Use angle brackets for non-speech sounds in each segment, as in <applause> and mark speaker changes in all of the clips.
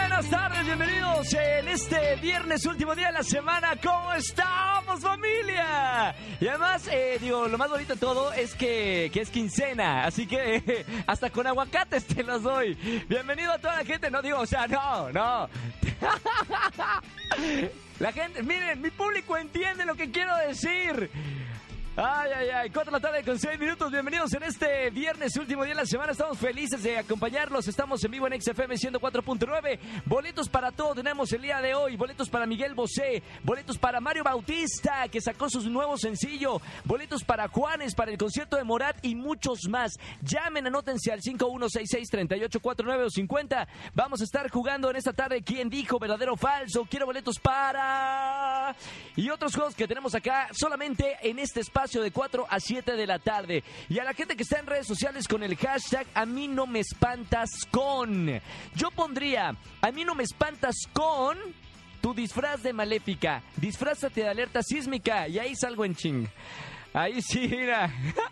Speaker 1: Buenas tardes, bienvenidos en este viernes, último día de la semana. ¿Cómo estamos, familia? Y además, eh, digo, lo más bonito de todo es que, que es quincena, así que <laughs> eh, hasta con aguacates te los doy. Bienvenido a toda la gente, no digo, o sea, no, no. La gente, miren, mi público entiende lo que quiero decir. Ay, ay, ay, 4 de la tarde con 6 minutos, bienvenidos en este viernes, último día de la semana, estamos felices de acompañarlos, estamos en vivo en XFM 104.9, boletos para todo tenemos el día de hoy, boletos para Miguel Bosé, boletos para Mario Bautista, que sacó su nuevo sencillo, boletos para Juanes, para el concierto de Morat y muchos más. Llamen, anótense al 5166-3849 o 50, vamos a estar jugando en esta tarde, ¿quién dijo verdadero o falso? Quiero boletos para... Y otros juegos que tenemos acá solamente en este espacio de 4 a 7 de la tarde. Y a la gente que está en redes sociales con el hashtag A mí no me espantas con. Yo pondría A mí no me espantas con tu disfraz de maléfica. Disfrázate de alerta sísmica y ahí salgo en ching. Ahí sí, mira. <laughs>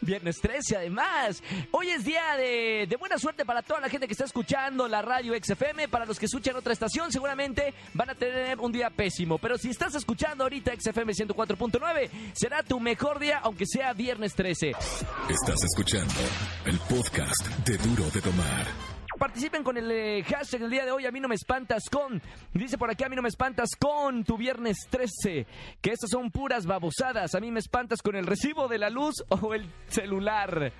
Speaker 1: Viernes 13 además. Hoy es día de, de, buena suerte para toda la gente que está escuchando la radio XFM. Para los que escuchan otra estación seguramente van a tener un día pésimo. Pero si estás escuchando ahorita XFM 104.9, será tu mejor día aunque sea viernes 13.
Speaker 2: Estás escuchando el podcast de Duro de Tomar
Speaker 1: participen con el eh, hashtag del día de hoy. A mí no me espantas con. Dice por aquí, a mí no me espantas con tu viernes 13. Que estas son puras babosadas. A mí me espantas con el recibo de la luz o el celular.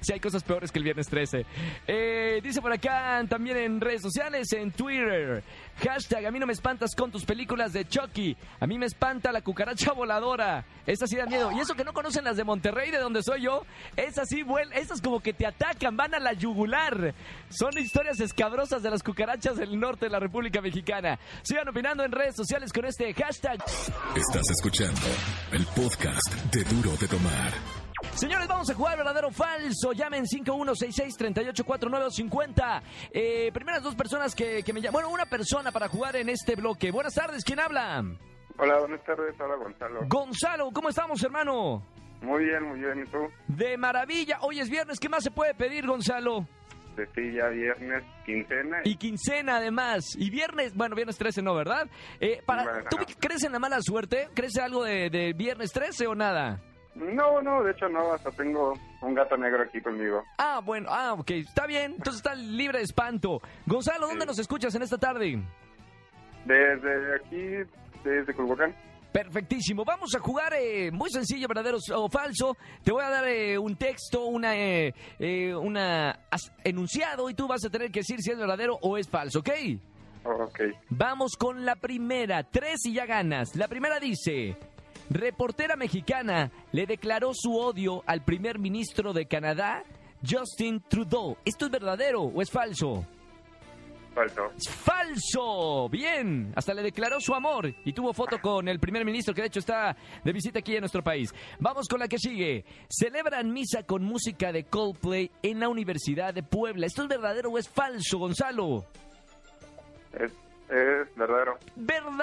Speaker 1: Si hay cosas peores que el viernes 13. Eh, dice por acá también en redes sociales, en Twitter. Hashtag, a mí no me espantas con tus películas de Chucky. A mí me espanta la cucaracha voladora. Esas sí dan miedo. Y eso que no conocen las de Monterrey, de donde soy yo. Esas sí, vuel esas como que te atacan, van a la yugular. Son historias escabrosas de las cucarachas del norte de la República Mexicana. Sigan opinando en redes sociales con este hashtag.
Speaker 2: Estás escuchando el podcast de Duro de Tomar.
Speaker 1: Señores, vamos a jugar verdadero o falso. Llamen 5166-384950. Eh, primeras dos personas que, que me llaman. Bueno, una persona para jugar en este bloque. Buenas tardes, ¿quién habla?
Speaker 3: Hola, buenas tardes, habla Gonzalo.
Speaker 1: Gonzalo, ¿cómo estamos, hermano?
Speaker 3: Muy bien, muy bien, ¿y tú?
Speaker 1: De maravilla. Hoy es viernes, ¿qué más se puede pedir, Gonzalo?
Speaker 3: Sí, ya viernes, quincena.
Speaker 1: Y quincena además. Y viernes, bueno, viernes 13 no, ¿verdad? Eh, para, bueno, ¿Tú no. crees en la mala suerte? ¿Crees algo de, de viernes 13 o nada?
Speaker 3: No, no, de hecho no, hasta tengo un gato negro aquí conmigo.
Speaker 1: Ah, bueno, ah, ok, está bien, entonces está libre de espanto. Gonzalo, ¿dónde sí. nos escuchas en esta tarde?
Speaker 3: Desde aquí, desde Culhuacán.
Speaker 1: Perfectísimo, vamos a jugar eh, muy sencillo, verdadero o falso. Te voy a dar eh, un texto, una, eh, una enunciado y tú vas a tener que decir si es verdadero o es falso, ¿ok?
Speaker 3: Ok.
Speaker 1: Vamos con la primera, tres y ya ganas. La primera dice... Reportera mexicana le declaró su odio al primer ministro de Canadá, Justin Trudeau. ¿Esto es verdadero o es falso?
Speaker 3: Falso.
Speaker 1: Falso. Bien. Hasta le declaró su amor y tuvo foto con el primer ministro que de hecho está de visita aquí en nuestro país. Vamos con la que sigue. Celebran misa con música de Coldplay en la Universidad de Puebla. ¿Esto es verdadero o es falso, Gonzalo?
Speaker 3: Es, es verdadero.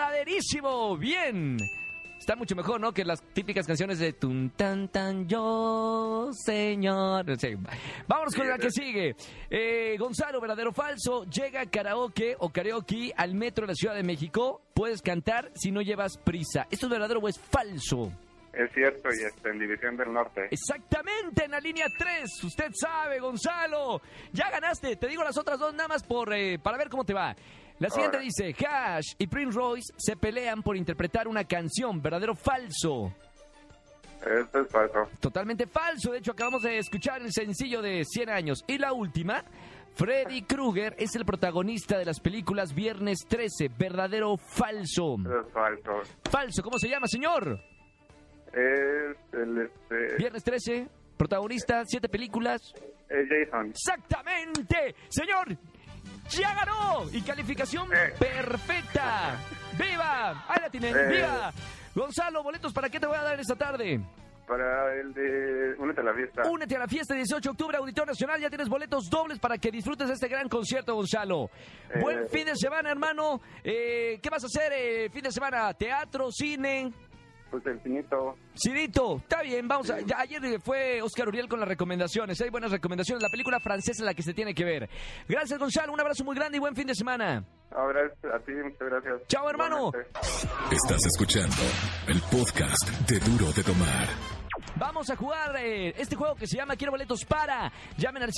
Speaker 1: Verdaderísimo. Bien está mucho mejor, ¿no? Que las típicas canciones de Tun tan tan yo, señor. Sí. Vámonos con la que sigue. Eh, Gonzalo, verdadero o falso, llega karaoke o karaoke al metro de la Ciudad de México. Puedes cantar si no llevas prisa. ¿Esto es verdadero o es falso?
Speaker 3: Es cierto, y está en División del Norte.
Speaker 1: Exactamente, en la línea 3. Usted sabe, Gonzalo. Ya ganaste. Te digo las otras dos nada más por, eh, para ver cómo te va. La siguiente Ahora. dice, Hash y Prince Royce se pelean por interpretar una canción, verdadero o falso.
Speaker 3: Esto es falso.
Speaker 1: Totalmente falso, de hecho acabamos de escuchar el sencillo de 100 años. Y la última, Freddy Krueger es el protagonista de las películas Viernes 13, verdadero o falso.
Speaker 3: Es falso.
Speaker 1: Falso, ¿cómo se llama, señor?
Speaker 3: Es el... Este...
Speaker 1: Viernes 13, protagonista, siete películas.
Speaker 3: Es Jason.
Speaker 1: Exactamente, señor, ¡Ya ganó! Y calificación eh. perfecta. ¡Viva! Ahí la tienen, eh. ¡viva! Gonzalo, boletos, ¿para qué te voy a dar esta tarde?
Speaker 3: Para el de Únete a la fiesta.
Speaker 1: Únete a la fiesta 18 de octubre, Auditorio Nacional. Ya tienes boletos dobles para que disfrutes este gran concierto, Gonzalo.
Speaker 3: Eh,
Speaker 1: Buen fin de semana, hermano. Eh, ¿Qué vas a hacer eh, fin de semana? ¿Teatro, cine?
Speaker 3: Pues el finito.
Speaker 1: Cirito, está bien, vamos a- ya ayer fue Oscar Uriel con las recomendaciones, hay buenas recomendaciones, la película francesa es la que se tiene que ver. Gracias Gonzalo, un abrazo muy grande y buen fin de semana.
Speaker 3: Ahora es a ti, muchas gracias.
Speaker 1: Chao, hermano.
Speaker 3: Igualmente.
Speaker 2: Estás escuchando el podcast de Duro de Tomar.
Speaker 1: Vamos a jugar eh, este juego que se llama Quiero boletos para. Llamen al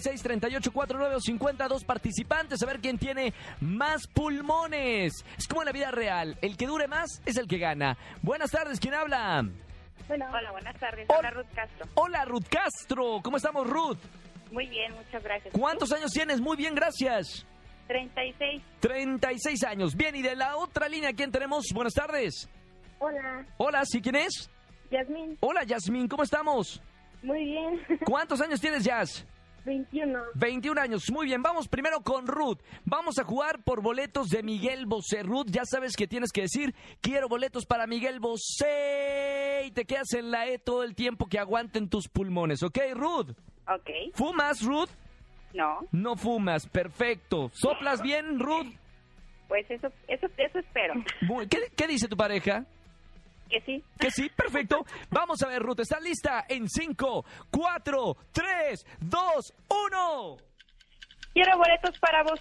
Speaker 1: 5166-3849 o 50 dos participantes a ver quién tiene más pulmones. Es como en la vida real, el que dure más es el que gana. Buenas tardes, ¿quién habla?
Speaker 4: Hola, buenas tardes.
Speaker 1: Hola.
Speaker 4: Hola, Ruth Castro.
Speaker 1: Hola Ruth Castro, ¿cómo estamos Ruth?
Speaker 4: Muy bien, muchas gracias.
Speaker 1: ¿Cuántos años tienes? Muy bien, gracias.
Speaker 4: 36.
Speaker 1: 36 años. Bien, y de la otra línea, ¿quién tenemos? Buenas tardes.
Speaker 5: Hola,
Speaker 1: Hola, ¿sí quién es?
Speaker 5: Yasmín.
Speaker 1: Hola, Yasmín, ¿cómo estamos?
Speaker 5: Muy bien. <laughs>
Speaker 1: ¿Cuántos años tienes, Yas?
Speaker 5: 21.
Speaker 1: 21 años. Muy bien, vamos primero con Ruth. Vamos a jugar por boletos de Miguel Bosé. Ruth, ya sabes que tienes que decir, quiero boletos para Miguel Bosé. Y te quedas en la E todo el tiempo que aguanten tus pulmones, ¿ok, Ruth?
Speaker 4: Ok,
Speaker 1: ¿Fumas, Ruth?
Speaker 4: no.
Speaker 1: No fumas, perfecto. ¿Soplas bien, Ruth?
Speaker 4: Pues eso, eso, eso espero.
Speaker 1: Muy- ¿Qué, qué dice tu pareja?
Speaker 4: Que sí.
Speaker 1: Que sí, perfecto. Vamos a ver, Ruth, ¿estás lista? En 5, 4, 3, 2, 1.
Speaker 4: Quiero boletos para vos.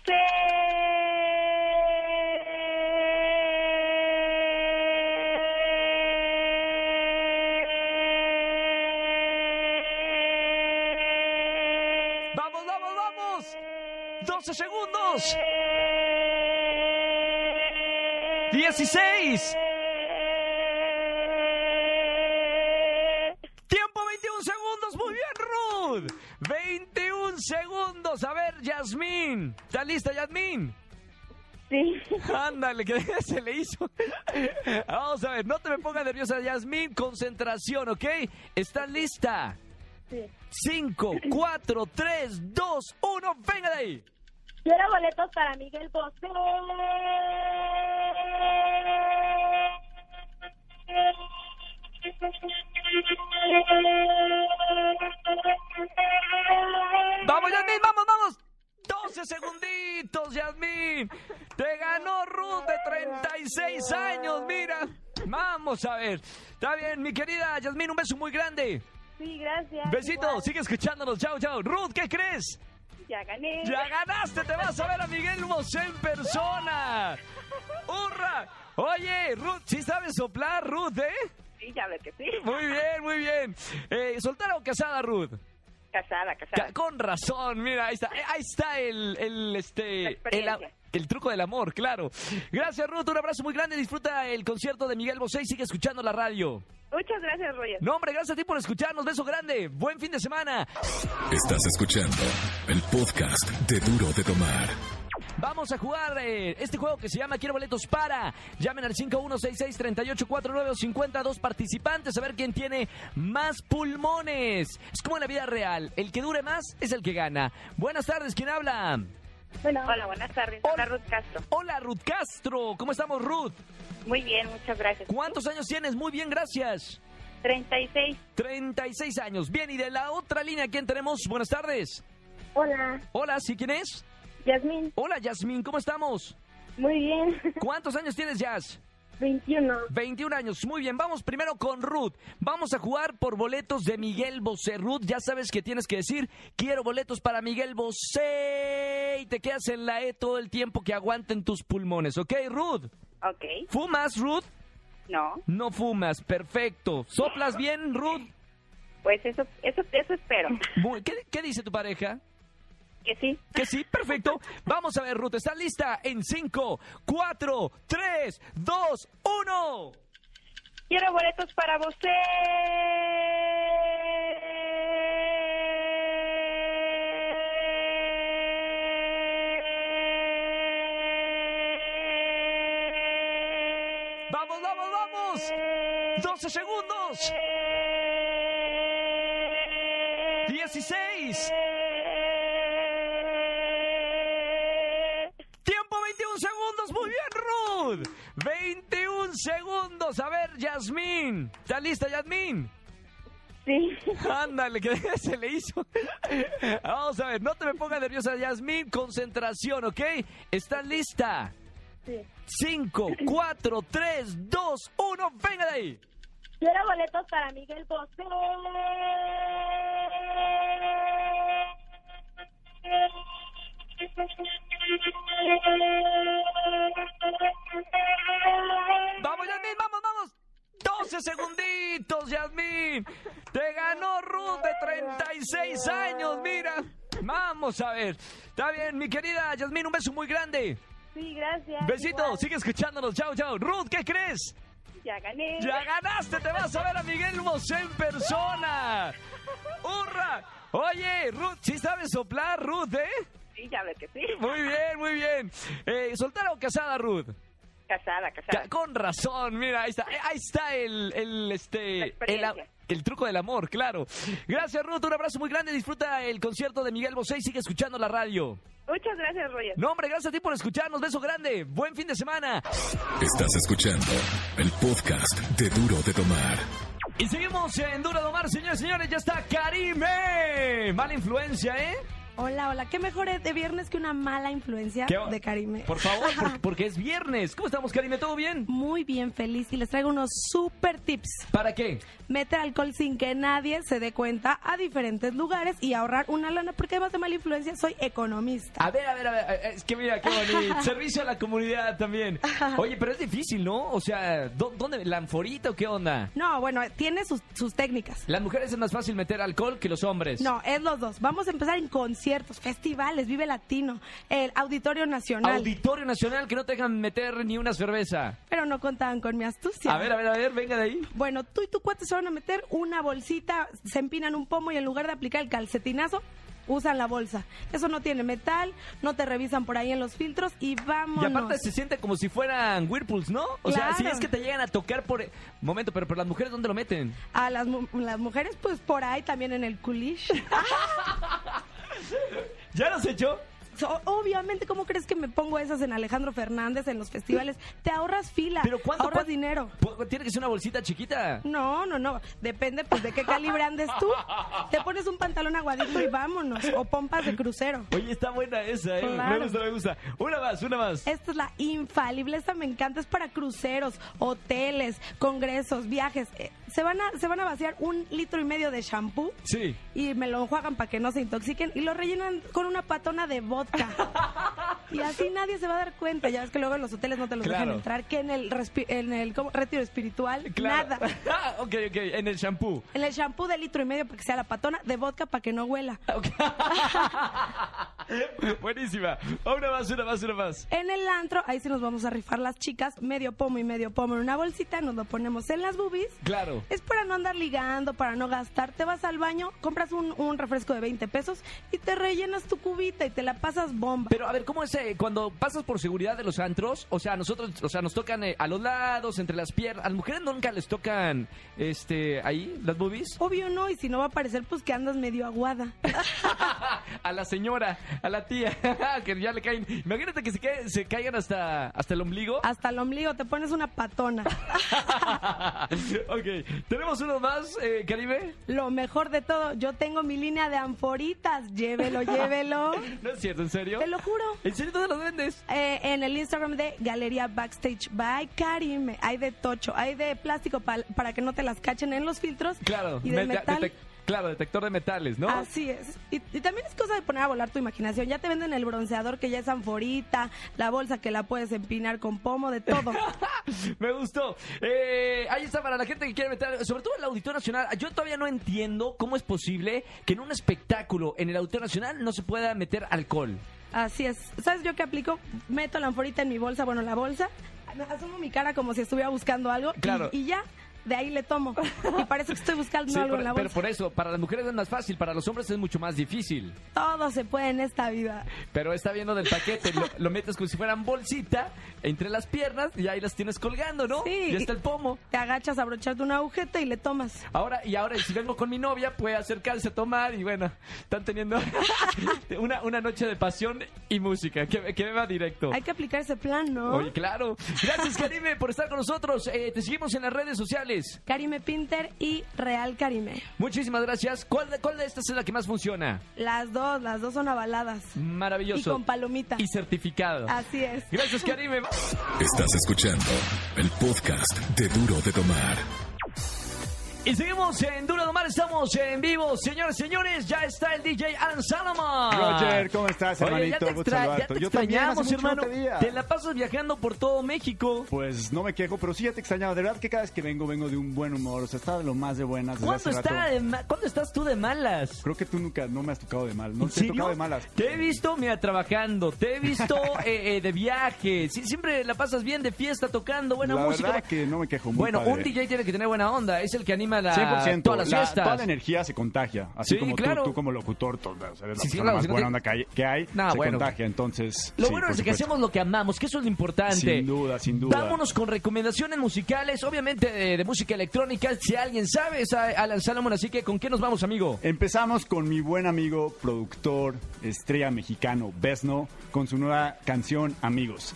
Speaker 1: ¡Vamos, vamos, vamos! 12 segundos. 16. Tiempo 21 segundos. Muy bien, Ruth. 21 segundos. A ver, Yasmín. ¿Estás lista, Yasmín?
Speaker 5: Sí. <laughs>
Speaker 1: Ándale, que <laughs> se le hizo. Vamos a ver, no te me pongas nerviosa, Yasmín. Concentración, ¿ok? ¿Estás lista?
Speaker 5: sí.
Speaker 1: 5, 4, 3, 2, 1, venga de ahí.
Speaker 5: Quiero boletos para Miguel Bosé.
Speaker 1: Vamos, Yasmín, vamos, vamos. 12 segunditos, Yasmín. Te ganó Ruth de 36 años, mira. Vamos a ver. Está bien, mi querida Yasmín, un beso muy grande.
Speaker 5: Sí, gracias.
Speaker 1: Besito,
Speaker 5: Igual.
Speaker 1: sigue escuchándonos. Chao, chao. Ruth, ¿qué crees?
Speaker 4: Ya gané.
Speaker 1: ¡Ya ganaste! ¡Te vas a ver a Miguel Bosé en persona! ¡Hurra! Oye, Ruth, ¿sí sabes soplar, Ruth, eh?
Speaker 4: Sí, ya veo que sí.
Speaker 1: Muy bien, muy bien. Eh, ¿Soltera o casada, Ruth?
Speaker 4: Casada,
Speaker 1: Ca-
Speaker 4: casada.
Speaker 1: con razón, mira, ahí está, eh, ahí está el, el, este,
Speaker 4: La experiencia.
Speaker 1: el, el truco del amor, claro. Gracias, Ruth, un abrazo muy grande. Disfruta el concierto de Miguel Bosé y sigue escuchando la radio.
Speaker 4: Muchas gracias, Roger.
Speaker 1: No, hombre, gracias a ti por escucharnos. Beso grande. Buen fin de semana.
Speaker 2: Estás escuchando el podcast de Duro de Tomar.
Speaker 1: Vamos a jugar eh, este juego que se llama Quiero boletos para. Llamen al 5166-3849 o 50 dos participantes a ver quién tiene más pulmones. Es como en la vida real, el que dure más es el que gana. Buenas tardes, ¿quién habla?
Speaker 5: Bueno,
Speaker 4: Hola, buenas tardes.
Speaker 1: Hola.
Speaker 4: Hola, Ruth Castro.
Speaker 1: Hola, Ruth Castro. ¿Cómo estamos, Ruth?
Speaker 4: Muy bien, muchas gracias.
Speaker 1: ¿Cuántos años tienes? Muy bien, gracias.
Speaker 4: 36.
Speaker 1: 36 años. Bien, y de la otra línea, ¿quién tenemos? Buenas tardes.
Speaker 5: hola,
Speaker 1: Hola, ¿sí quién es?
Speaker 5: Yasmín.
Speaker 1: Hola, Yasmín, ¿cómo estamos?
Speaker 5: Muy bien. <laughs>
Speaker 1: ¿Cuántos años tienes, Yas?
Speaker 5: 21.
Speaker 1: 21 años. Muy bien, vamos primero con Ruth. Vamos a jugar por boletos de Miguel Bosé. Ruth, ya sabes que tienes que decir, quiero boletos para Miguel Bosé. Y te quedas en la E todo el tiempo que aguanten tus pulmones, ¿ok, Ruth?
Speaker 4: Ok,
Speaker 1: ¿Fumas, Ruth?
Speaker 4: no.
Speaker 1: No fumas, perfecto. ¿Soplas bien, Ruth?
Speaker 4: Pues eso, eso, eso espero.
Speaker 1: Muy- ¿Qué, qué dice tu pareja?
Speaker 4: Que sí.
Speaker 1: Que sí, perfecto. Vamos a ver, Ruth, ¿estás lista? En 5, 4, 3, 2, 1.
Speaker 4: Quiero boletos para vos.
Speaker 1: Vamos, vamos, vamos. 12 segundos. 16. Tiempo 21 segundos. Muy bien, Ruth. 21 segundos. A ver, Yasmín. ¿Estás lista, Yasmín?
Speaker 5: Sí.
Speaker 1: Ándale, que <laughs> se le hizo. Vamos a ver, no te me pongas nerviosa, Yasmín. Concentración, ¿ok? ¿Estás lista?
Speaker 5: sí.
Speaker 1: 5, 4, 3, 2, 1, venga de ahí.
Speaker 5: Quiero boletos para Miguel Bosé.
Speaker 1: Vamos, Yasmín, vamos, vamos. 12 segunditos, Yasmín. Te ganó Ruth de 36 años, mira. Vamos a ver. Está bien, mi querida Yasmín, un beso muy grande.
Speaker 5: Sí, gracias.
Speaker 1: Besito,
Speaker 5: igual.
Speaker 1: sigue escuchándonos. Chao, chao. Ruth, ¿qué crees?
Speaker 4: Ya gané.
Speaker 1: ¡Ya ganaste! ¡Te vas a ver a Miguel Bosé en persona! ¡Hurra! Oye, Ruth, ¿sí sabes soplar, Ruth, eh?
Speaker 4: Sí, ya hablé que sí.
Speaker 1: Muy bien, muy bien. Eh, ¿Soltera o casada, Ruth?
Speaker 4: Casada,
Speaker 1: Ca-
Speaker 4: casada.
Speaker 1: con razón, mira, ahí está, eh, ahí está el, el,
Speaker 4: La
Speaker 1: este, el,
Speaker 4: experiencia.
Speaker 1: a- el truco del amor, claro. Gracias, Ruth, un abrazo muy grande. Disfruta el concierto de Miguel Bosé y sigue escuchando la radio.
Speaker 4: Muchas gracias, Roger.
Speaker 1: No, hombre, gracias a ti por escucharnos. Beso grande. Buen fin de semana.
Speaker 2: Estás escuchando el podcast de Duro de Tomar.
Speaker 1: Y seguimos en Dura Domar, señores, señores. Ya está Karime. Mala influencia, ¿eh?
Speaker 6: Hola, hola. ¿Qué mejor es de viernes que una mala influencia
Speaker 1: ¿Qué va-
Speaker 6: de Karime?
Speaker 1: Por favor, porque, porque es viernes. ¿Cómo estamos, Karime? ¿Todo bien?
Speaker 6: Muy bien, feliz. Y les traigo unos super tips.
Speaker 1: ¿Para qué?
Speaker 6: Meter alcohol sin que nadie se dé cuenta a diferentes lugares y ahorrar una lana, porque además de mala influencia soy economista.
Speaker 1: A ver, a ver, a ver. Es que mira, qué
Speaker 6: <laughs>
Speaker 1: bonito. Servicio a la comunidad también. Oye, pero es difícil, ¿no? O sea, ¿dó- ¿dónde? ¿La anforita o qué onda?
Speaker 6: No, bueno, tiene sus, sus técnicas.
Speaker 1: Las mujeres es más fácil meter alcohol que los hombres.
Speaker 6: No, es los dos. Vamos a empezar en conciertos, festivales, Vive Latino, el Auditorio Nacional.
Speaker 1: Auditorio Nacional que no te dejan meter ni una cerveza.
Speaker 6: pero no contaban con mi astucia.
Speaker 1: A ver, a ver, a ver, venga de ahí.
Speaker 6: Bueno, tú y tu cuate se van a meter una bolsita, se empinan un pomo y en lugar de aplicar el calcetinazo, usan la bolsa. Eso no tiene metal, no te revisan por ahí en los filtros y
Speaker 1: Y
Speaker 6: vámonos.
Speaker 1: aparte se siente como si fueran Whirlpools, ¿no? O sea,
Speaker 6: Claro.
Speaker 1: si es que te llegan a tocar por... Momento, pero, pero las mujeres, ¿dónde lo meten?
Speaker 6: A las, mu- las mujeres, pues por ahí también en el culish.
Speaker 1: <laughs> ¿Ya los echó?
Speaker 6: So- obviamente, ¿cómo crees que me pongo esas en Alejandro Fernández, en los festivales? Te ahorras fila,
Speaker 1: ¿Pero cuánto?
Speaker 6: ahorras
Speaker 1: cuán-
Speaker 6: dinero.
Speaker 1: pu- Tiene que ser una bolsita chiquita.
Speaker 6: No, no, no. Depende pues de qué calibre andes tú. Te pones un pantalón aguadito y vámonos. O pompas de crucero.
Speaker 1: Oye, está buena esa, ¿eh? Me
Speaker 6: Claro.
Speaker 1: gusta, me gusta. Una más, una más.
Speaker 6: Esta es la infalible, esta me encanta, es para cruceros, hoteles, congresos, viajes. Eh, se, van a, se van a vaciar un litro y medio de shampoo
Speaker 1: Sí.
Speaker 6: y me lo enjuagan para que no se intoxiquen y lo rellenan con una patona de vodka. y así nadie se va a dar cuenta, ya ves que luego en los hoteles no te los
Speaker 1: Claro.
Speaker 6: dejan entrar, que en el, respi- en el ¿cómo? retiro espiritual, nada.
Speaker 1: <laughs> Ah, ok, ok, en el shampoo.
Speaker 6: En el shampoo de litro y medio para que sea la patona de vodka para que no huela.
Speaker 1: Ok. Ah,
Speaker 6: <laughs>
Speaker 1: Buenísima. Una más, una más, una más.
Speaker 6: En el antro, ahí sí nos vamos a rifar las chicas, medio pomo y medio pomo en una bolsita, nos lo ponemos en las boobies.
Speaker 1: Claro.
Speaker 6: Es para no andar ligando, para no gastar. Te vas al baño, compras un, un refresco de 20 pesos y te rellenas tu cubita y te la pasas bomba.
Speaker 1: Pero a ver, ¿cómo es eh, cuando pasas por seguridad de los antros? O sea, nosotros, o sea, nos tocan eh, a los lados, entre las piernas. A las mujeres nunca les tocan, este, ahí, las boobies.
Speaker 6: Obvio no, y si no va a parecer, pues que andas medio aguada.
Speaker 1: <laughs> a la señora, a la tía, <laughs> que ya le caen. Imagínate que se, cae- se caigan hasta, hasta el ombligo.
Speaker 6: Hasta el ombligo te pones una patona.
Speaker 1: <laughs> ok, tenemos uno más, eh, Caribe.
Speaker 6: Lo mejor de todo, yo tengo mi línea de anforitas. Llévelo, llévelo.
Speaker 1: No es cierto, ¿en serio?
Speaker 6: Te lo juro.
Speaker 1: ¿En serio dónde los vendes?
Speaker 6: Eh, en el Instagram de Galería Backstage by Karime. Hay de tocho, hay de plástico pal- para que no te las cachen en los filtros.
Speaker 1: Claro,
Speaker 6: Y de
Speaker 1: meta-
Speaker 6: metal. Ah,
Speaker 1: detec- claro, detector de metales, ¿no?
Speaker 6: Así es. Y, y también es cosa de poner a volar tu imaginación. Ya te venden el bronceador que ya es anforita, la bolsa que la puedes empinar con pomo,
Speaker 1: <laughs>
Speaker 6: de todo.
Speaker 1: Me gustó. Eh, ahí está para la gente que quiere meter, sobre todo el Auditorio Nacional. Yo todavía no entiendo cómo es posible que en un espectáculo en el Auditorio Nacional no se pueda meter alcohol.
Speaker 6: Así es. ¿Sabes yo qué aplico? Meto la anforita en mi bolsa, bueno, la bolsa, me asumo mi cara como si estuviera buscando algo y-
Speaker 1: Claro.
Speaker 6: y, ya. De ahí le tomo. Y parece que estoy buscando
Speaker 1: Sí,
Speaker 6: algo
Speaker 1: por-
Speaker 6: en la
Speaker 1: pero
Speaker 6: bolsa.
Speaker 1: por eso, para las mujeres es más fácil, para los hombres es mucho más difícil.
Speaker 6: Todo se puede en esta vida.
Speaker 1: Pero está viendo del paquete, lo, lo metes como si fueran bolsita entre las piernas y ahí las tienes colgando, ¿no?
Speaker 6: Sí.
Speaker 1: Y está el pomo.
Speaker 6: Te agachas a abrocharte una agujeta y le tomas.
Speaker 1: Ahora, y ahora, y si vengo con mi novia, puede acercarse a tomar y bueno, están teniendo <laughs> una, una noche de pasión y música, que, que va directo.
Speaker 6: Hay que aplicar ese plan, ¿no?
Speaker 1: Oye, claro. Gracias, Karime, por estar con nosotros. Eh, te seguimos en las redes sociales. sociales.
Speaker 6: Karime Pinter y Real Karime.
Speaker 1: Muchísimas gracias. ¿Cuál de, cuál de estas es la que más funciona?
Speaker 6: Las dos, las dos son avaladas.
Speaker 1: Mm. Maravilloso.
Speaker 6: Y con palomita.
Speaker 1: Y certificado.
Speaker 6: Así es.
Speaker 1: Gracias, Karime.
Speaker 2: Estás escuchando el podcast de Duro de Tomar.
Speaker 1: Y seguimos en Duro de Mar, estamos en vivo. Señores, señores, ya está el DJ Alan Salomon.
Speaker 7: Roger, ¿cómo estás,
Speaker 1: Oye,
Speaker 7: hermanito?
Speaker 1: ya te,
Speaker 7: Gusto
Speaker 1: extra- ya
Speaker 7: saludarte.
Speaker 1: te
Speaker 7: Yo también, hace
Speaker 1: extrañamos,
Speaker 7: mucho no
Speaker 1: hermano.
Speaker 7: te veía.
Speaker 1: Te la pasas viajando por todo México.
Speaker 7: Pues no me quejo, pero sí ya te extrañaba. De verdad que cada vez que vengo, vengo de un buen humor. O sea, estaba de lo más de buenas. Pues, Desde
Speaker 1: ¿Cuándo,
Speaker 7: hace rato.
Speaker 1: está de ma- ¿Cuándo estás tú de malas?
Speaker 7: Creo que tú nunca no me has tocado de mal. No
Speaker 1: ¿En
Speaker 7: te he
Speaker 1: serio?
Speaker 7: tocado de malas.
Speaker 1: Te he visto, mira, trabajando, te he
Speaker 7: <laughs>
Speaker 1: visto eh, eh, de viaje, Sí, siempre la pasas bien de fiesta, tocando buena
Speaker 7: la
Speaker 1: música.
Speaker 7: verdad que no me quejo. Muy
Speaker 1: bueno,
Speaker 7: padre.
Speaker 1: un DJ tiene que tener buena onda, es el que anima la,
Speaker 7: 100%,
Speaker 1: todas las
Speaker 7: la-
Speaker 1: fiestas.
Speaker 7: toda la energía se contagia. Así
Speaker 1: Sí,
Speaker 7: como tú-
Speaker 1: claro.
Speaker 7: tú, como locutor, todo, o sea, eres la
Speaker 1: Sí, sí,
Speaker 7: persona
Speaker 1: claro,
Speaker 7: más
Speaker 1: si no
Speaker 7: buena
Speaker 1: te-
Speaker 7: onda que hay, que hay,
Speaker 1: No,
Speaker 7: se
Speaker 1: bueno.
Speaker 7: contagia. Entonces,
Speaker 1: Lo
Speaker 7: sí,
Speaker 1: bueno
Speaker 7: por
Speaker 1: es de que
Speaker 7: supuesto.
Speaker 1: hacemos lo que amamos, que eso es lo importante.
Speaker 7: Sin duda, sin duda.
Speaker 1: Vámonos con recomendaciones musicales, obviamente de, de música electrónica. Si alguien sabe, es a- Alan Salomon. Así que, ¿con qué nos vamos, amigo?
Speaker 7: Empezamos con mi buen amigo, productor, estrella mexicano, Besno, con su nueva canción Amigos.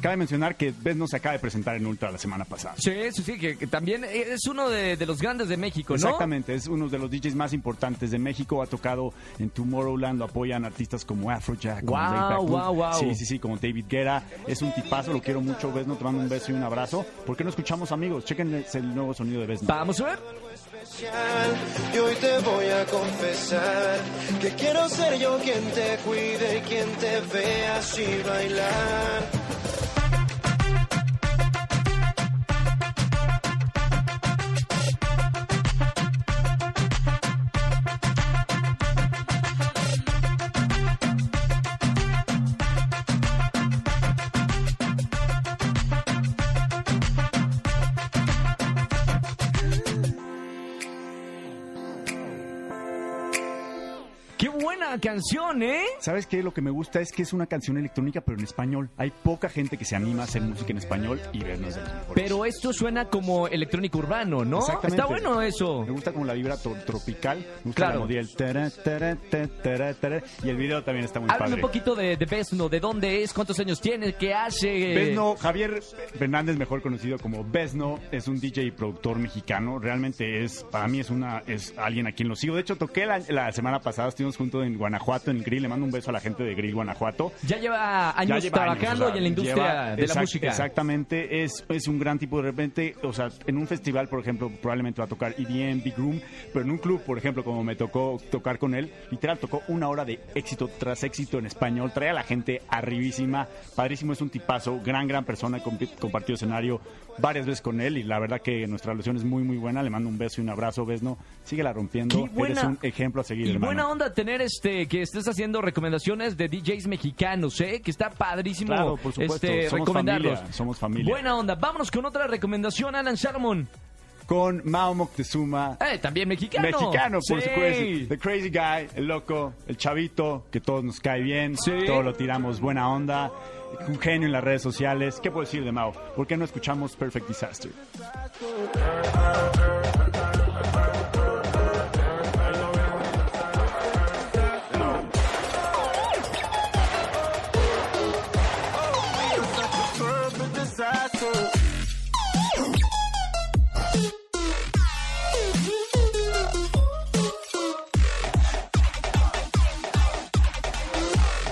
Speaker 7: Cabe mencionar que Besno se acaba de presentar en Ultra la semana pasada.
Speaker 1: Sí, sí, sí, que, que también es uno de, de los grandes de México, ¿no?
Speaker 7: Exactamente, es uno de los DJs más importantes de México. Ha tocado en Tomorrowland, lo apoyan artistas como Afrojack, como
Speaker 1: Guau,
Speaker 7: Laid Back Luke.
Speaker 1: guau, guau.
Speaker 7: Sí, sí, sí, como David Guerra. Es un tipazo, lo quiero mucho, Besno. Te mando un beso y un abrazo. ¿Por qué no escuchamos amigos? Chequen el nuevo sonido de Besno.
Speaker 1: Vamos a ver.
Speaker 8: especial. Y hoy te voy a confesar que quiero ser yo quien te cuide y quien te vea así bailar.
Speaker 1: Qué buena canción, ¿eh?
Speaker 7: ¿Sabes qué? Lo que me gusta es que es una canción electrónica, pero en español. Hay poca gente que se anima a hacer música en español y Besno es de los mejores.
Speaker 1: Pero esto suena como electrónico urbano, ¿no?
Speaker 7: Exactamente.
Speaker 1: Está bueno eso.
Speaker 7: Me gusta como la vibra to- tropical. Me gusta
Speaker 1: Claro.
Speaker 7: la melodía, el tará, tará, ta, tará, tará. Y el video también está muy
Speaker 1: Háblame
Speaker 7: padre.
Speaker 1: un poquito de, de Besno, de dónde es, cuántos años tiene, qué hace.
Speaker 7: Besno, Javier Fernández, mejor conocido como Besno, es un DJ y productor mexicano. Realmente es, para mí es una, es alguien a quien lo sigo. De hecho, toqué la, la semana pasada, estuvimos juntos en Guanajuato, en Grill. Le mando un beso a la gente de Grill Guanajuato.
Speaker 1: Ya lleva
Speaker 7: Ya
Speaker 1: años
Speaker 7: lleva años,
Speaker 1: trabajando
Speaker 7: o sea,
Speaker 1: y en la industria
Speaker 7: lleva-
Speaker 1: de la
Speaker 7: exact-
Speaker 1: música.
Speaker 7: Exactamente, es, es un gran tipo de repente, o sea, en un festival, por ejemplo, probablemente va a tocar EDM, Big Room, pero en un club, por ejemplo, como me tocó tocar con él, literal, tocó una hora de éxito tras éxito en español, trae a la gente arribísima, padrísimo, es un tipazo, gran, gran persona, he compi- compartido escenario varias veces con él y la verdad que nuestra relación es muy, muy buena, le mando un beso y un abrazo, Besno, síguela rompiendo,
Speaker 1: Qué buena-
Speaker 7: eres un ejemplo a seguir,
Speaker 1: Y
Speaker 7: hermano.
Speaker 1: buena onda tener este que estés haciendo recomendaciones de DJs mexicanos, ¿eh? Que está padrísimo.
Speaker 7: Claro, por supuesto,
Speaker 1: Este,
Speaker 7: somos
Speaker 1: recomendarlos.
Speaker 7: familia, somos familia.
Speaker 1: Buena onda. Vámonos con otra recomendación, Alan Sharmon.
Speaker 7: Con Mao Moctezuma,
Speaker 1: Eh, también mexicano.
Speaker 7: Mexicano, por
Speaker 1: Sí.
Speaker 7: supuesto. The Crazy Guy, el loco, el chavito, que todos nos cae bien,
Speaker 1: Sí.
Speaker 7: todos lo tiramos buena onda, un genio en las redes sociales. ¿Qué puedo decir de Mao? ¿Por qué no escuchamos Perfect Disaster?
Speaker 8: Perfect disaster.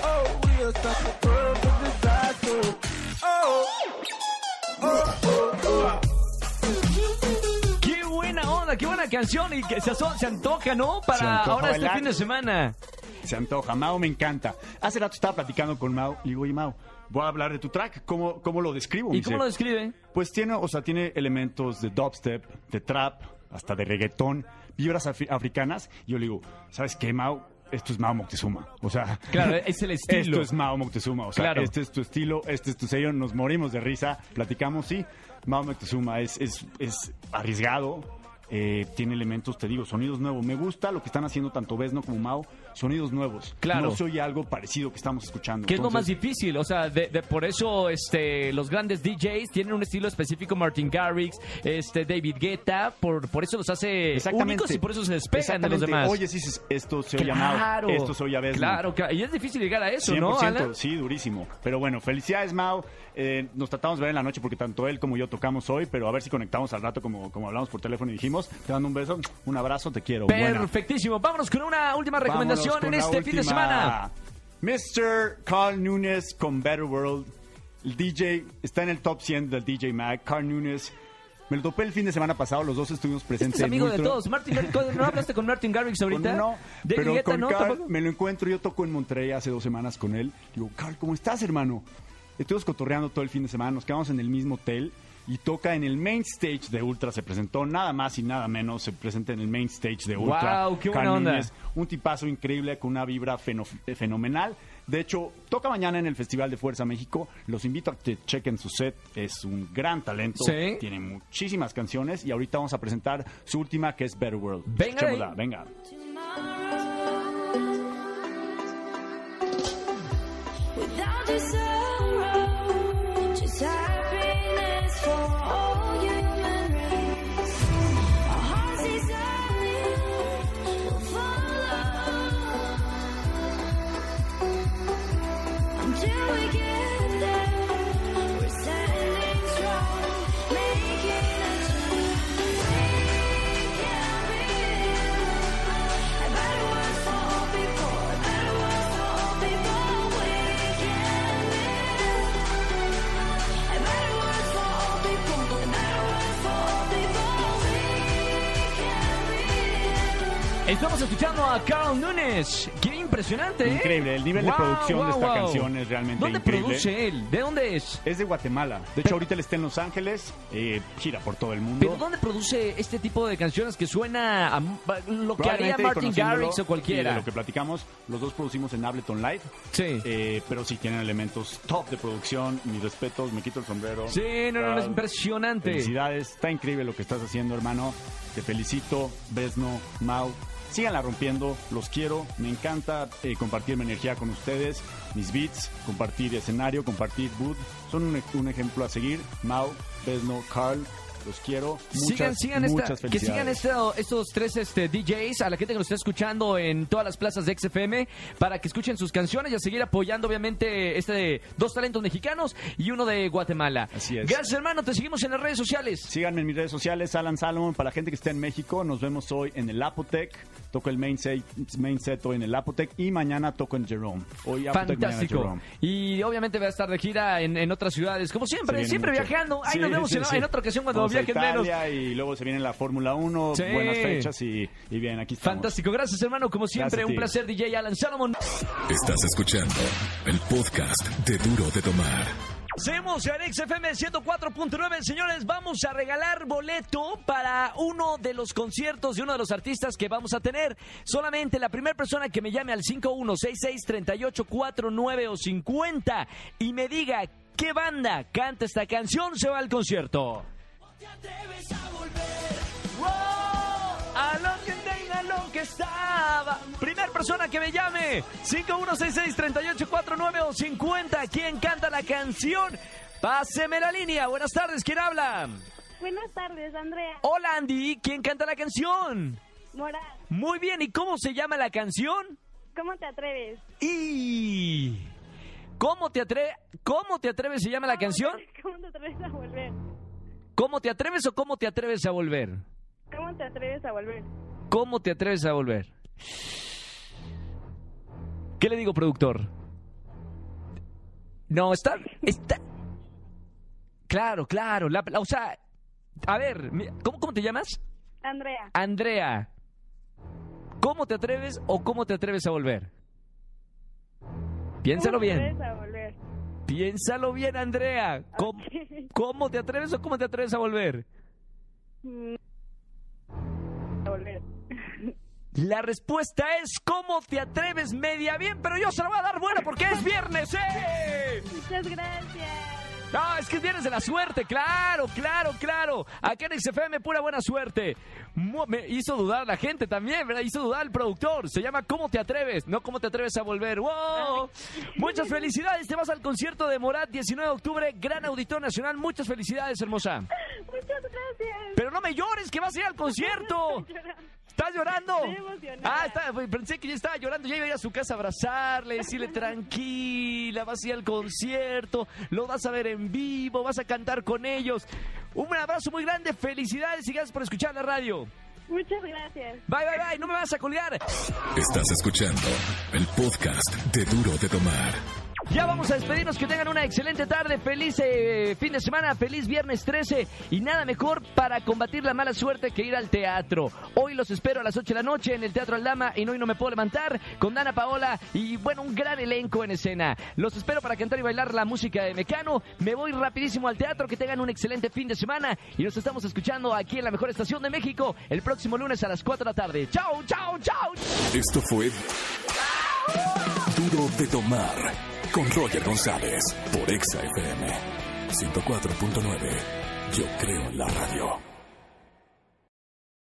Speaker 8: Oh, we are such a perfect disaster. Oh.
Speaker 1: Qué buena onda, qué buena canción. Y que se, aso- se antoja, ¿no? Para
Speaker 7: Se antoja
Speaker 1: ahora este
Speaker 7: bailar.
Speaker 1: fin de semana.
Speaker 7: Se antoja, Mao me encanta. Hace rato estaba platicando con Mao y digo, oye Mao, voy a hablar de tu track, ¿cómo, cómo lo describo? Me
Speaker 1: ¿Y cómo
Speaker 7: dice,
Speaker 1: lo describe?
Speaker 7: Pues tiene, o sea, tiene elementos de dubstep, de trap, hasta de reggaetón, vibras afri- africanas. Y yo le digo, ¿sabes qué, Mao? Esto es Mao Moctezuma. O sea,
Speaker 1: Claro, es el estilo.
Speaker 7: <laughs> Esto es Mao Moctezuma. O sea,
Speaker 1: Claro.
Speaker 7: este es tu estilo, este es tu sello. Nos morimos de risa, platicamos, sí. Mao Moctezuma es, es, es arriesgado, eh, tiene elementos, te digo, sonidos nuevos. Me gusta lo que están haciendo tanto Besno como Mao. sonidos nuevos.
Speaker 1: Claro.
Speaker 7: No se oye algo parecido que estamos escuchando.
Speaker 1: Que es lo más
Speaker 7: Entonces,
Speaker 1: difícil, o sea, de, de- por eso este, los grandes DJs tienen un estilo específico, Martin Garrix, este, David Guetta, por, por eso los hace
Speaker 7: Exactamente.
Speaker 1: únicos y por eso se despegan de los
Speaker 7: Exactamente.
Speaker 1: demás.
Speaker 7: Oye, sí, sí, esto se oye mal, esto se oye a veces.
Speaker 1: Claro, claro, y es difícil llegar a eso,
Speaker 7: 100%,
Speaker 1: ¿no, Alan?
Speaker 7: sí, durísimo. Pero bueno, felicidades, Mau. Eh, nos tratamos de ver en la noche porque tanto él como yo tocamos hoy, pero a ver si conectamos al rato como, como hablamos por teléfono y dijimos. Te mando un beso, un abrazo, te quiero. Buena.
Speaker 1: Perfectísimo. Vámonos con una última recomendación
Speaker 7: Vámonos con
Speaker 1: en
Speaker 7: la
Speaker 1: este fin de
Speaker 7: última.
Speaker 1: semana.
Speaker 7: Mr. Carl Nunes con Better World. El DJ está en el top 100 del DJ Mag. Carl Nunes. Me lo topé el fin de semana pasado, los dos estuvimos
Speaker 1: Este
Speaker 7: presentes.
Speaker 1: es amigo
Speaker 7: en
Speaker 1: de
Speaker 7: Ultra-
Speaker 1: todos. Martin Garrix, ¿no hablaste con Martin Garrix
Speaker 7: con-
Speaker 1: ahorita?
Speaker 7: no,
Speaker 1: David
Speaker 7: pero
Speaker 1: Guetta,
Speaker 7: con
Speaker 1: ¿no?
Speaker 7: Carl
Speaker 1: ¿Tampoco?
Speaker 7: me lo encuentro. Yo toco en Monterrey hace dos semanas con él. Digo, Carl, ¿cómo estás, hermano? Estuvimos cotorreando todo el fin de semana. Nos quedamos en el mismo hotel y toca en el main stage de Ultra. Se presentó nada más y nada menos. Se presenta en el main stage de Ultra.
Speaker 1: Guau, qué
Speaker 7: Carl
Speaker 1: buena onda.
Speaker 7: Núñez, un tipazo increíble con una vibra feno- eh, fenomenal. De hecho, toca mañana en el Festival de Fuerza México. Los invito a que chequen su set. Es un gran talento.
Speaker 1: Sí.
Speaker 7: Tiene muchísimas canciones. Y ahorita vamos a presentar su última, que es Better World.
Speaker 1: Venga de ahí.
Speaker 7: Escuchémosla, venga.
Speaker 9: Without your sorrow, just happiness for all human race. Our hearts desire will follow until we get there. We're standing strong, making a change. We can build a better world for all people. A better world for all people. We can build a better world for all people. A better world for all people. We can build.
Speaker 1: Estamos escuchando a Carl Nunes. Qué impresionante, ¿eh?
Speaker 7: Increíble, el nivel de producción de esta canción es realmente
Speaker 1: ¿Dónde
Speaker 7: increíble.
Speaker 1: produce él? ¿De dónde es?
Speaker 7: Es de Guatemala. De hecho, ahorita él está en Los Ángeles, eh, gira por todo el
Speaker 1: ¿Pero
Speaker 7: mundo.
Speaker 1: dónde produce este tipo de canciones que suena a m- a lo que haría
Speaker 7: Probablemente
Speaker 1: Martin
Speaker 7: conociéndolo
Speaker 1: Garrix o
Speaker 7: y de
Speaker 1: cualquiera?
Speaker 7: lo que platicamos, los dos producimos en Ableton Live.
Speaker 1: Sí.
Speaker 7: Eh, pero sí tienen elementos top de producción. Mis respetos, me quito el sombrero.
Speaker 1: Sí, no, no, no, es
Speaker 7: Ah,
Speaker 1: impresionante.
Speaker 7: Felicidades, está increíble lo que estás haciendo, hermano. Te felicito, Besno, Mau. Síganla rompiendo, los quiero. Me encanta eh, compartir mi energía con ustedes, mis beats, compartir escenario, compartir boot. Son un, un ejemplo a seguir. Mau, Besno, Carl, los quiero. Muchas,
Speaker 1: sigan, sigan esta-
Speaker 7: muchas
Speaker 1: que sigan
Speaker 7: felicidades.
Speaker 1: este- estos tres este, DJs, a la gente que nos está escuchando en todas las plazas de XFM, para que escuchen sus canciones y a seguir apoyando, obviamente, este de dos talentos mexicanos y uno de Guatemala.
Speaker 7: Así es.
Speaker 1: Gracias, hermano. Te seguimos en las redes sociales.
Speaker 7: Síganme en mis redes sociales, Alan Salomon, para la gente que está en México. Nos vemos hoy en el Apotec. Toco el main set, main set hoy en el Apotec y mañana toco en Jerome. Hoy Apotec, mañana
Speaker 1: Fantástico.
Speaker 7: Jerome.
Speaker 1: Y obviamente va a estar de gira en, en otras ciudades, como
Speaker 7: Se
Speaker 1: siempre,
Speaker 7: viene
Speaker 1: siempre
Speaker 7: mucho.
Speaker 1: viajando. Ahí
Speaker 7: Sí,
Speaker 1: nos vemos
Speaker 7: sí,
Speaker 1: en,
Speaker 7: sí.
Speaker 1: en otra ocasión cuando
Speaker 7: Vamos a
Speaker 1: viajen menos.
Speaker 7: Italia Y luego se viene la Fórmula 1,
Speaker 1: Sí.
Speaker 7: buenas fechas y, y bien, aquí estamos.
Speaker 1: Fantástico, gracias hermano, como siempre,
Speaker 7: Gracias a ti.
Speaker 1: un placer DJ Alan Salomon.
Speaker 2: Estás escuchando el podcast de Duro de Tomar.
Speaker 1: Seguimos en XFM 104.9, señores, vamos a regalar boleto para uno de los conciertos de uno de los artistas que vamos a tener. Solamente la primera persona que me llame al 51663849 o 50 y me diga qué banda canta esta canción se va al concierto. ¡Wow! A lo que tenga lo que estaba. Primer persona que me llame. 5166-3849 o 50. ¿Quién canta la canción? Páseme la línea. Buenas tardes. ¿Quién habla?
Speaker 5: Buenas tardes, Andrea.
Speaker 1: Hola, Andy. ¿Quién canta la canción?
Speaker 5: Mora,
Speaker 1: Muy bien. ¿Y cómo se llama la canción?
Speaker 5: ¿cómo te atreves?
Speaker 1: Y... ¿Cómo te atreves? ¿Cómo te atreves se llama la canción?
Speaker 5: <laughs> ¿Cómo te atreves a volver?
Speaker 1: ¿Cómo te atreves o cómo te atreves a volver?
Speaker 5: ¿Cómo te atreves a volver?
Speaker 1: ¿Cómo te atreves a volver? ¿Qué le digo, productor? No, está. está... Claro, claro. la- la- o sea, a ver, mi- ¿cómo, ¿cómo te llamas?
Speaker 5: Andrea,
Speaker 1: Andrea. ¿Cómo te atreves o cómo te atreves a volver? Piénsalo
Speaker 5: ¿cómo te
Speaker 1: bien.
Speaker 5: atreves a volver?
Speaker 1: Piénsalo bien, Andrea. ¿Cómo, cómo te atreves o cómo te atreves a volver?
Speaker 5: A volver.
Speaker 1: La respuesta es ¿Cómo te atreves media bien? Pero yo se la voy a dar buena porque es viernes, ¿eh?
Speaker 5: Muchas gracias.
Speaker 1: No, es que vienes de la suerte, claro, claro, claro. Aquí en XFM, pura buena suerte. Mu- Me hizo dudar la gente también, ¿verdad? Hizo dudar el productor. Se llama ¿Cómo te atreves? No, ¿Cómo te atreves a volver? ¡Wow! Muchas felicidades. Te vas al concierto de Morat, 19 de octubre, Gran Auditor Nacional. Muchas felicidades, hermosa.
Speaker 5: Muchas gracias.
Speaker 1: Pero no me llores, que vas a ir al
Speaker 5: <laughs>
Speaker 1: concierto. ¿Estás llorando?
Speaker 5: Estoy emocionada.
Speaker 1: Ah, está- pensé que ya estaba llorando. Ya iba a ir a su casa a abrazarle,
Speaker 5: <laughs>
Speaker 1: decirle tranquila, vas a ir al concierto, lo vas a ver en vivo, vas a cantar con ellos. Un abrazo muy grande, felicidades y gracias por escuchar la radio.
Speaker 5: Muchas gracias.
Speaker 1: Bye, bye, bye, no me vas a colgar.
Speaker 2: Estás escuchando el podcast de Duro de Tomar.
Speaker 1: Ya vamos a despedirnos, que tengan una excelente tarde, feliz eh, fin de semana, feliz viernes 13 y nada mejor para combatir la mala suerte que ir al teatro. Hoy los espero a las 8 de la noche en el Teatro Aldama y no, y no me puedo levantar con Dana Paola y bueno, un gran elenco en escena. Los espero para cantar y bailar la música de Mecano. Me voy rapidísimo al teatro, que tengan un excelente fin de semana y nos estamos escuchando aquí en la mejor estación de México el próximo lunes a las 4 de la tarde. Chao, chao, chao.
Speaker 2: Esto fue Duro de Tomar con Roger González por Exa FM 104.9. Yo creo en la radio.